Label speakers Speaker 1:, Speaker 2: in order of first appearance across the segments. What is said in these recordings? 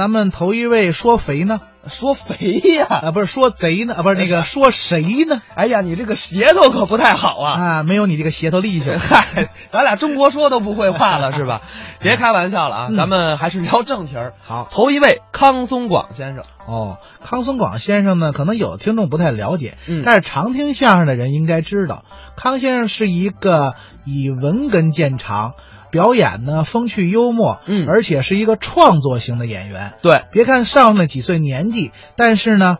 Speaker 1: 咱们头一位说肥呢，
Speaker 2: 说肥呀，
Speaker 1: 啊，不是说贼呢，啊，不是那个说谁呢？
Speaker 2: 哎呀，你这个舌头可不太好啊！
Speaker 1: 啊，没有你这个舌头利 索。
Speaker 2: 嗨，咱俩中国说都不会话了是 吧？别开玩笑了啊，
Speaker 1: 嗯
Speaker 2: 咱们还是聊正题儿。
Speaker 1: 好
Speaker 2: 头一位康松广先生，
Speaker 1: 哦，康松广先生呢，可能有听众不太了解，
Speaker 2: 嗯
Speaker 1: 但是常听相声的人应该知道，康先生是一个以文根见长，表演呢风趣幽默，
Speaker 2: 嗯
Speaker 1: 而且是一个创作型的演员。
Speaker 2: 对，
Speaker 1: 别看上了几岁年纪，但是呢，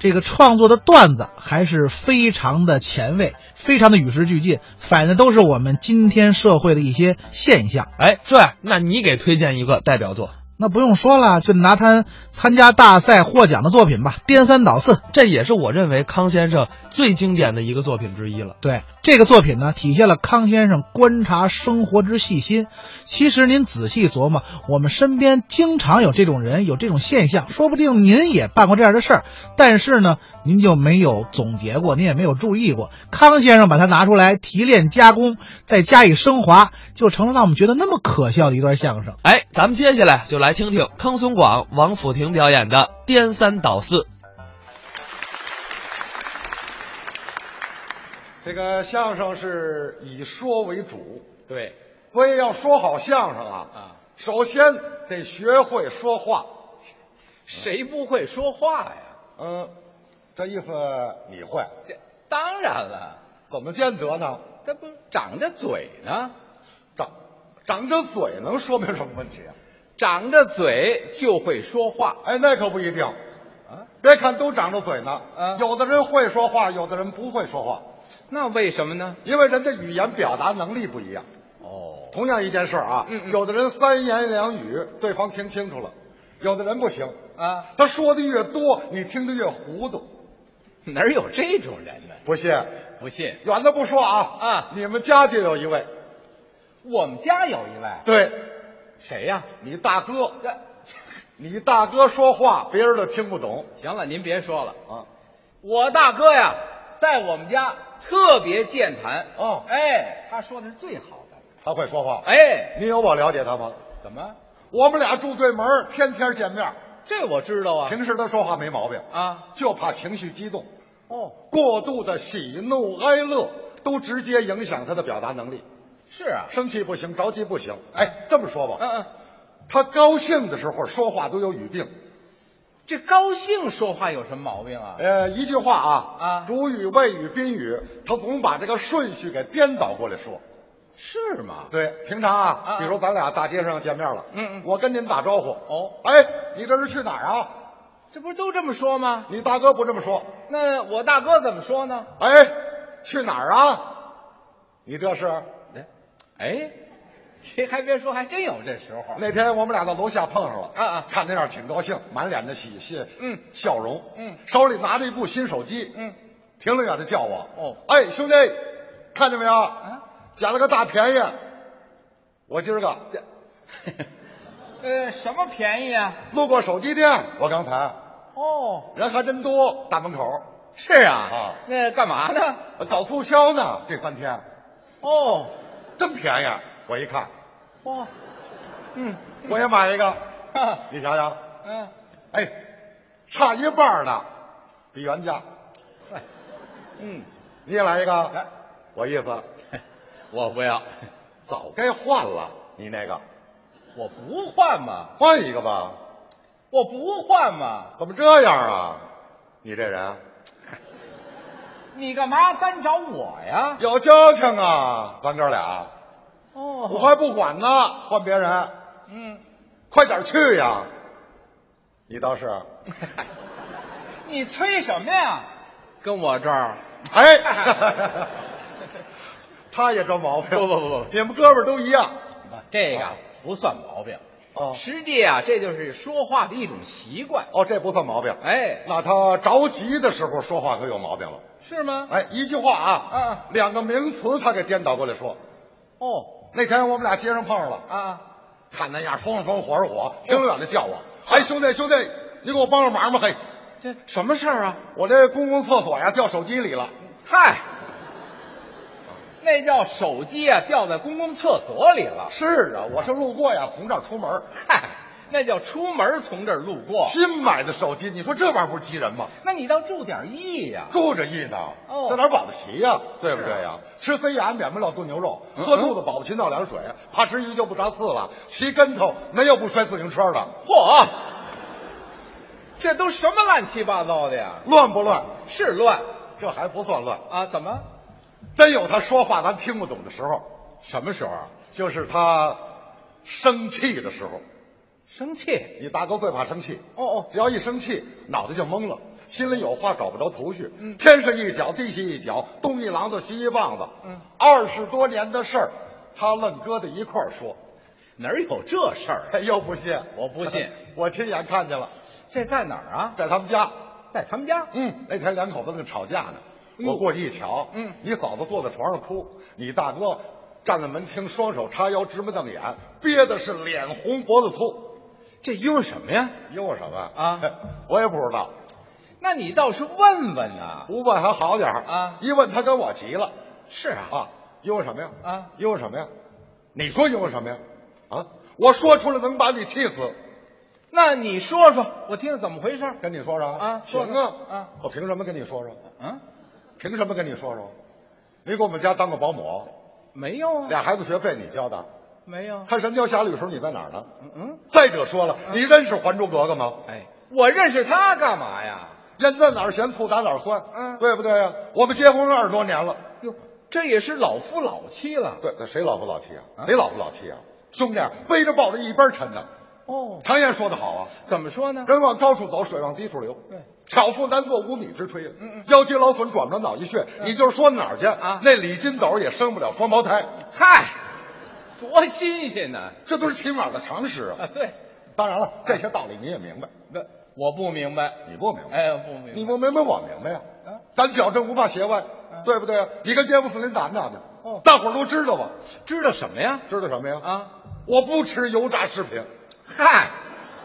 Speaker 1: 这个创作的段子还是非常的前卫，非常的与时俱进，反正都是我们今天社会的一些现象。
Speaker 2: 哎，这那你给推荐一个代表作，
Speaker 1: 那不用说了，就拿他参加大赛获奖的作品吧，颠三倒四。
Speaker 2: 这也是我认为康先生最经典的一个作品之一了。
Speaker 1: 对这个作品呢，体现了康先生观察生活之细心。其实您仔细琢磨，我们身边经常有这种人，有这种现象，说不定您也办过这样的事儿，但是呢，您就没有总结过，您也没有注意过。康先生把它拿出来提炼加工，再加以升华，就成了让我们觉得那么可笑的一段相声。
Speaker 2: 哎，咱们接下来就来听听康松广、王府庭表演的《颠三倒四》。
Speaker 3: 这个相声是以说为主，
Speaker 2: 对，
Speaker 3: 所以要说好相声啊，
Speaker 4: 啊，
Speaker 3: 首先得学会说话。
Speaker 4: 谁不会说话呀？
Speaker 3: 嗯，这意思你会？
Speaker 4: 这当然了，
Speaker 3: 怎么兼得呢？
Speaker 4: 这不长着嘴呢，
Speaker 3: 长长着嘴能说明什么问题啊？
Speaker 4: 长着嘴就会说话
Speaker 3: 哎，那可不一定。
Speaker 4: 啊。
Speaker 3: 别看都长着嘴呢，
Speaker 4: 啊
Speaker 3: 有的人会说话，有的人不会说话，
Speaker 4: 那为什么呢？
Speaker 3: 因为人的语言表达能力不一样。
Speaker 4: 哦，
Speaker 3: 同样一件事儿啊，
Speaker 4: 嗯嗯
Speaker 3: 有的人三言两语对方听清楚了，有的人不行。
Speaker 4: 啊，
Speaker 3: 他说的越多，你听着越糊涂。
Speaker 4: 哪有这种人呢？
Speaker 3: 不信，
Speaker 4: 不信，
Speaker 3: 远的不说啊，
Speaker 4: 啊
Speaker 3: 你们家就有一位，
Speaker 4: 我们家有一位，
Speaker 3: 对
Speaker 4: 谁呀、
Speaker 3: 你大哥，
Speaker 4: 这
Speaker 3: 你大哥说话别人都听不懂
Speaker 4: 行了，您别说了，
Speaker 3: 啊。
Speaker 4: 我大哥呀，在我们家特别健谈
Speaker 3: 哦
Speaker 4: 哎，他说的是最好的，
Speaker 3: 他会说话，
Speaker 4: 哎，
Speaker 3: 你有我了解他吗？
Speaker 4: 怎么？
Speaker 3: 我们俩住对门儿，天天见面儿，
Speaker 4: 这我知道啊，
Speaker 3: 平时他说话没毛病，
Speaker 4: 啊，
Speaker 3: 就怕情绪激动，
Speaker 4: 哦，
Speaker 3: 过度的喜怒哀乐都直接影响他的表达能力。
Speaker 4: 是啊，
Speaker 3: 生气不行，着急不行。哎，这么说吧，
Speaker 4: 嗯嗯。
Speaker 3: 他高兴的时候说话都有语病。
Speaker 4: 这高兴说话有什么毛病啊？
Speaker 3: 呃，一句话啊
Speaker 4: 啊
Speaker 3: 主语、谓语、宾语，他总把这个顺序给颠倒过来说。
Speaker 4: 是吗？
Speaker 3: 对，平常啊，
Speaker 4: 啊
Speaker 3: 比如咱俩大街上见面了，
Speaker 4: 嗯嗯
Speaker 3: 我跟您打招呼，
Speaker 4: 哦，
Speaker 3: 哎，你这是去哪儿啊？
Speaker 4: 这不是都这么说吗？
Speaker 3: 你大哥不这么说，
Speaker 4: 那我大哥怎么说呢？
Speaker 3: 哎，去哪儿啊？你这是
Speaker 4: 哎，谁还别说，还真有这时候。
Speaker 3: 那天我们俩到楼下碰上了，
Speaker 4: 啊啊
Speaker 3: 看那样挺高兴，满脸的喜喜，
Speaker 4: 嗯
Speaker 3: 笑容，
Speaker 4: 嗯
Speaker 3: 手里拿着一部新手机，
Speaker 4: 嗯，
Speaker 3: 挺远的叫我，
Speaker 4: 哦
Speaker 3: 哎，兄弟，看见没有？
Speaker 4: 啊，
Speaker 3: 捡了个大便宜，我今儿个
Speaker 4: 这，呃，什么便宜啊？
Speaker 3: 路过手机店，我刚才
Speaker 4: 哦，
Speaker 3: 人还真多，大门口
Speaker 4: 是啊，
Speaker 3: 啊
Speaker 4: 那干嘛呢？
Speaker 3: 呃搞促销呢，这三天。
Speaker 4: 哦，
Speaker 3: 真便宜！我一看，
Speaker 4: 哇，嗯，
Speaker 3: 我也买一个。
Speaker 4: 哈，
Speaker 3: 你想想，
Speaker 4: 嗯、
Speaker 3: 哎，差一半呢，比原价。
Speaker 4: 哎嗯，
Speaker 3: 你也来一个
Speaker 4: 来？
Speaker 3: 我意思，
Speaker 4: 我不要，
Speaker 3: 早该换了。你那个
Speaker 4: 我不换嘛，
Speaker 3: 换一个吧？
Speaker 4: 我不换嘛，
Speaker 3: 怎么这样啊？你这人
Speaker 4: 你干嘛单找我呀？
Speaker 3: 有交情啊，咱哥俩。
Speaker 4: 哦，
Speaker 3: 我还不管呢，换别人，
Speaker 4: 嗯，
Speaker 3: 快点去呀！你倒是，
Speaker 4: 你吹什么呀？跟我这儿
Speaker 3: 哎，他也这毛病。
Speaker 4: 不不不不
Speaker 3: 你们哥们儿都一样。
Speaker 4: 这个
Speaker 3: 啊
Speaker 4: 不算毛病，
Speaker 3: 哦
Speaker 4: 实际啊，这就是说话的一种习惯。
Speaker 3: 哦，这不算毛病。
Speaker 4: 哎，
Speaker 3: 那他着急的时候说话可有毛病了。
Speaker 4: 是吗？
Speaker 3: 哎，一句话啊
Speaker 4: 啊，
Speaker 3: 两个名词他给颠倒过来说。
Speaker 4: 哦
Speaker 3: 那天我们俩街上碰上了，
Speaker 4: 啊，
Speaker 3: 看那样风风火
Speaker 4: 哦
Speaker 3: 火，挺远的叫我，哎，兄弟兄弟，你给我帮个忙吧，嘿，
Speaker 4: 这什么事儿啊？
Speaker 3: 我这公共厕所呀掉手机里了，
Speaker 4: 嗨，那叫手机啊，掉在公共厕所里了。
Speaker 3: 是啊，我是路过呀，从这儿出门，
Speaker 4: 嗨，那叫出门从这儿路过。
Speaker 3: 新买的手机，你说这玩意儿不是急人吗？
Speaker 4: 那你倒注点意啊呀、
Speaker 3: 住着意呢，
Speaker 4: 哦
Speaker 3: 在哪儿保得齐呀、对不对呀、吃塞牙免不了炖牛肉，
Speaker 4: 嗯
Speaker 3: 喝肚子饱不齐闹凉水，怕吃鱼就不着刺了，骑跟头没有不摔自行车的，
Speaker 4: 嚯，这都什么乱七八糟的呀？
Speaker 3: 乱不乱？
Speaker 4: 是乱
Speaker 3: 这还不算乱，
Speaker 4: 啊？怎么？
Speaker 3: 真有他说话咱听不懂的时候，
Speaker 4: 什么时候啊
Speaker 3: 就是他生气的时候。
Speaker 4: 生气？
Speaker 3: 你大哥最怕生气，
Speaker 4: 哦哦，
Speaker 3: 只要一生气，脑袋就懵了，心里有话找不着头绪，
Speaker 4: 嗯
Speaker 3: 天上一脚，地下一脚，东一榔头西一棒子，
Speaker 4: 嗯，
Speaker 3: 二十多年的事儿，他愣搁在一块儿说，
Speaker 4: 哪儿有这事儿啊？
Speaker 3: 哎，又不信，
Speaker 4: 我不信，
Speaker 3: 我亲眼看见了，
Speaker 4: 这在哪儿啊？
Speaker 3: 在他们家，
Speaker 4: 在他们家。
Speaker 3: 嗯，那天两口子正吵架呢，
Speaker 4: 哎呦
Speaker 3: 我过去一瞧，
Speaker 4: 嗯
Speaker 3: 你嫂子坐在床上哭，你大哥站在门厅，双手叉腰，直目瞪眼，憋的是脸红脖子粗，
Speaker 4: 这因为什么呀？
Speaker 3: 又什么
Speaker 4: 啊？
Speaker 3: 我也不知道。
Speaker 4: 那你倒是问问呐。
Speaker 3: 不问还好点儿
Speaker 4: 啊
Speaker 3: 一问他跟我急了
Speaker 4: 是啊
Speaker 3: 啊，因为什么呀？
Speaker 4: 啊
Speaker 3: 因为什么呀？你说因为什么呀？啊，我说出来能把你气死，
Speaker 4: 那你说说，我听听怎么回事。
Speaker 3: 跟你说说
Speaker 4: 啊
Speaker 3: 行
Speaker 4: 说
Speaker 3: 啊
Speaker 4: 说啊，
Speaker 3: 我凭什么跟你说说？
Speaker 4: 嗯，
Speaker 3: 凭什么跟你说说？你给我们家当个保姆，
Speaker 4: 没有啊，
Speaker 3: 俩孩子学费你交的，
Speaker 4: 没有。啊
Speaker 3: 看《神雕侠侣》时候你在哪儿呢？
Speaker 4: 嗯嗯，
Speaker 3: 再者说了，你认识《还珠格格》吗？
Speaker 4: 哎，我认识他干嘛呀？
Speaker 3: 盐在哪儿咸，醋打哪儿酸，
Speaker 4: 嗯
Speaker 3: 对不对呀、我们结婚二十多年了。
Speaker 4: 哟，这也是老夫老妻了。
Speaker 3: 对，那谁老夫老妻啊？
Speaker 4: 啊
Speaker 3: 谁老夫老妻啊？兄弟啊，背着抱着一边沉呢。
Speaker 4: 哦，
Speaker 3: 常言说得好啊，
Speaker 4: 怎么说呢？
Speaker 3: 人往高处走，水往低处流。
Speaker 4: 对，
Speaker 3: 巧妇难做无米之炊啊
Speaker 4: 嗯嗯
Speaker 3: 腰肌劳损，转不了脑溢血。你就是说哪儿去
Speaker 4: 啊
Speaker 3: 那李金斗也生不了双胞胎，
Speaker 4: 嗨，多新鲜呢！
Speaker 3: 这都是起码的常识啊。
Speaker 4: 啊，对，
Speaker 3: 当然
Speaker 4: 嗯
Speaker 3: 了，这些道理你也明白，
Speaker 4: 那我不明白。
Speaker 3: 你不明白，
Speaker 4: 哎，不明
Speaker 3: 你
Speaker 4: 白。
Speaker 3: 不明白我明白呀、
Speaker 4: 啊
Speaker 3: 咱小镇不怕邪歪，对不对啊？你跟杰夫斯林打那的，
Speaker 4: 嗯哦
Speaker 3: 大伙儿都知道吧？
Speaker 4: 知道什么呀？
Speaker 3: 知道什么呀？
Speaker 4: 啊，
Speaker 3: 我不吃油炸食品。
Speaker 4: 嗨，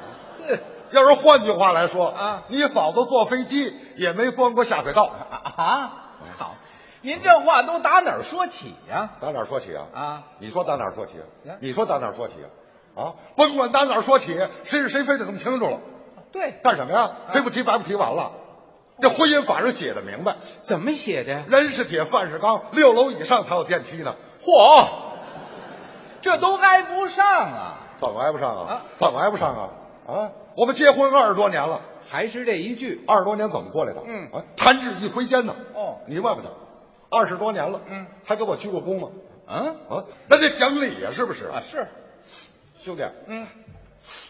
Speaker 4: 哼
Speaker 3: 要是换句话来说
Speaker 4: 啊
Speaker 3: 你嫂子坐飞机也没钻过下水道，
Speaker 4: 啊啊，好，您这话都打哪儿说起呀？
Speaker 3: 打哪儿说起啊？
Speaker 4: 啊，
Speaker 3: 你说打哪儿说起
Speaker 4: 嗯？
Speaker 3: 你说打哪儿说起？啊，甭管打哪儿说起，谁是谁非得弄清楚了，
Speaker 4: 对，
Speaker 3: 干什么呀？
Speaker 4: 嗯
Speaker 3: 黑不提白不提，完了。这婚姻法上写的明白，
Speaker 4: 怎么写的？
Speaker 3: 人是铁，饭是钢，六楼以上才有电梯呢，
Speaker 4: 嚯，这都挨不上啊！
Speaker 3: 怎么挨不上啊
Speaker 4: 啊？
Speaker 3: 怎么挨不上啊？啊，我们结婚二十多年了，
Speaker 4: 还是这一句，
Speaker 3: 二十多年怎么过来的？
Speaker 4: 嗯
Speaker 3: 啊，弹指一挥间呢。
Speaker 4: 哦
Speaker 3: 你问问他，二十多年了，
Speaker 4: 嗯，
Speaker 3: 还给我鞠过躬吗？
Speaker 4: 嗯
Speaker 3: 啊，那得讲理呀，是不是？
Speaker 4: 啊是，
Speaker 3: 兄弟，
Speaker 4: 嗯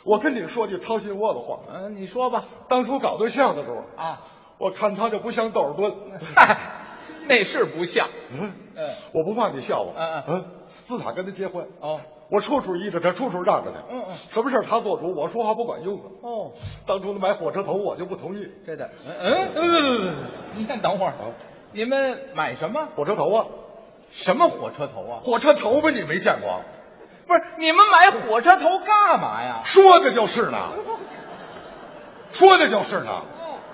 Speaker 3: 我跟你说句掏心窝子话，
Speaker 4: 嗯，你说吧
Speaker 3: 当初搞对象的时候，
Speaker 4: 啊，
Speaker 3: 我看他就不像窦尔敦。
Speaker 4: 嗨， 那是不像，
Speaker 3: 嗯，
Speaker 4: 嗯
Speaker 3: 我不怕你笑我。
Speaker 4: 嗯
Speaker 3: 嗯，自打跟他结婚，
Speaker 4: 哦
Speaker 3: 我处处依着他，处处让着他。
Speaker 4: 嗯嗯
Speaker 3: 什么事儿他做主，我说话不管用啊。
Speaker 4: 哦，
Speaker 3: 当初他买火车头，我就不同意。
Speaker 4: 这的，嗯嗯，你先等会
Speaker 3: 啊
Speaker 4: 儿，你们买什么
Speaker 3: 火车头啊，
Speaker 4: 什么火车头啊？
Speaker 3: 火车头吧，你没见过？
Speaker 4: 不是，你们买火车头干嘛呀？
Speaker 3: 说的就是呢，说的就是呢。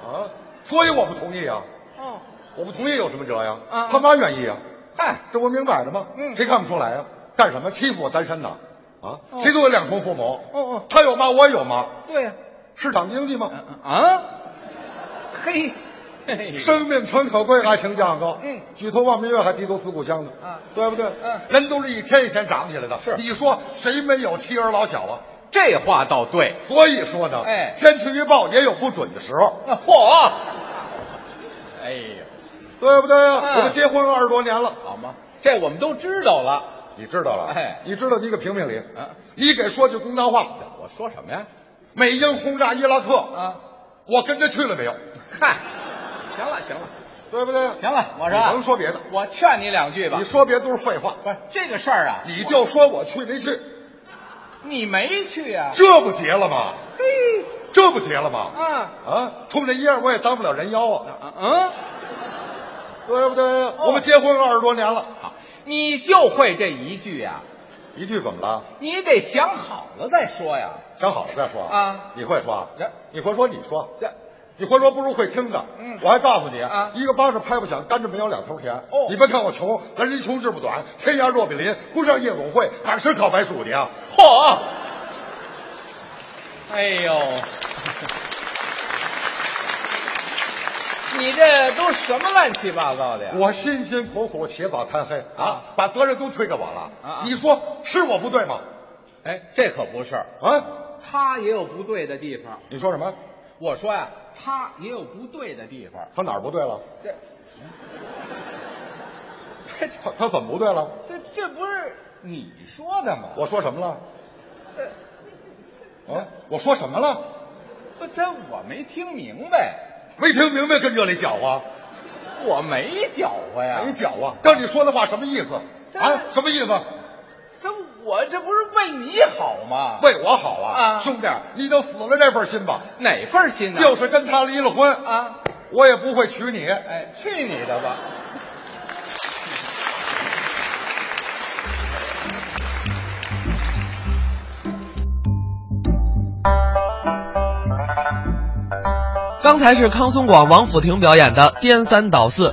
Speaker 3: 啊，所以我不同意啊，
Speaker 4: 哦，
Speaker 3: 我不同意有什么辙呀？
Speaker 4: 啊
Speaker 3: 他妈愿意啊。
Speaker 4: 嗨，
Speaker 3: 这不明摆着吗？
Speaker 4: 嗯
Speaker 3: 谁看不出来呀、干什么欺负我单身呐？啊，
Speaker 4: 哦
Speaker 3: 谁都有两重父母。
Speaker 4: 哦哦
Speaker 3: 他有妈，我也有妈。
Speaker 4: 对啊呀，
Speaker 3: 市场经济
Speaker 4: 嗯
Speaker 3: 嘛，
Speaker 4: 嗯啊，嘿，嘿
Speaker 3: 生命诚可贵，爱情价更高。
Speaker 4: 嗯
Speaker 3: 举头望明月，还低头思故乡呢。
Speaker 4: 啊
Speaker 3: 对不对？
Speaker 4: 嗯
Speaker 3: 人都是一天一天长起来的。
Speaker 4: 是
Speaker 3: 你说谁没有妻儿老小啊？
Speaker 4: 这话倒对，
Speaker 3: 所以说呢，
Speaker 4: 哎
Speaker 3: 天气预报也有不准的时候，
Speaker 4: 那嚯，啊哎呀，
Speaker 3: 对不对呀、
Speaker 4: 嗯
Speaker 3: 我们结婚二十多年了，
Speaker 4: 好吗？这我们都知道了。
Speaker 3: 你知道了？
Speaker 4: 哎
Speaker 3: 你知道你给评评理。
Speaker 4: 嗯
Speaker 3: 你给说句公道话，
Speaker 4: 我说什么呀？
Speaker 3: 美英轰炸伊拉克，
Speaker 4: 啊，
Speaker 3: 我跟着去了没有？
Speaker 4: 嗨，行了行了
Speaker 3: 对不对？
Speaker 4: 行了，我说
Speaker 3: 你
Speaker 4: 啊
Speaker 3: 甭说别的，
Speaker 4: 我劝你两句吧
Speaker 3: 你。说别都是废话，
Speaker 4: 不是这个事儿啊，
Speaker 3: 你就说我去没去，
Speaker 4: 你没去啊呀、
Speaker 3: 这不结了吗？
Speaker 4: 嘿，
Speaker 3: 这不结了吗？
Speaker 4: 啊，
Speaker 3: 啊，冲这一样我也当不了人妖啊，
Speaker 4: 嗯，哦
Speaker 3: 对不对？我们结婚二十多年了，
Speaker 4: 好，你就会这一句呀、
Speaker 3: 一句怎么了？
Speaker 4: 你得想好了再说呀。
Speaker 3: 想好了再说
Speaker 4: 啊
Speaker 3: 你会说
Speaker 4: 这？
Speaker 3: 你会说？你说？
Speaker 4: 这，
Speaker 3: 你会说不如会听的。
Speaker 4: 嗯
Speaker 3: 我还告诉你，
Speaker 4: 啊
Speaker 3: 一个巴掌拍不响，甘蔗没有两头甜。
Speaker 4: 哦
Speaker 3: 你别看我穷，咱人穷志不短，天涯若比邻，不上夜总会，哪吃烤白薯去啊？
Speaker 4: 嚯，哎呦，你这都什么乱七八糟的呀？
Speaker 3: 我辛辛苦苦起早贪黑啊，把责任都推给我了。
Speaker 4: 啊啊
Speaker 3: 你说是我不对吗？
Speaker 4: 哎，这可不是，
Speaker 3: 啊，
Speaker 4: 他也有不对的地方。
Speaker 3: 你说什么？
Speaker 4: 我说呀、他也有不对的地方。
Speaker 3: 他哪儿不对了？
Speaker 4: 这
Speaker 3: 他他怎么不对了？
Speaker 4: 这这不是你说的吗？
Speaker 3: 我说什么了？啊，我说什么了？
Speaker 4: 不，这我没听明白，
Speaker 3: 没听明白，跟这里搅和，
Speaker 4: 我没搅和哎呀。
Speaker 3: 没搅和。刚你说的话什么意思？啊，什么意思？
Speaker 4: 这我这不是为你好吗？
Speaker 3: 为我好啊，
Speaker 4: 啊
Speaker 3: 兄弟，你就死了这份心吧。
Speaker 4: 哪份心呢？
Speaker 3: 就是跟他离了婚，
Speaker 4: 啊，
Speaker 3: 我也不会娶你。
Speaker 4: 哎，去你的吧！
Speaker 2: 刚才是康松广、王府庭表演的《颠三倒四》。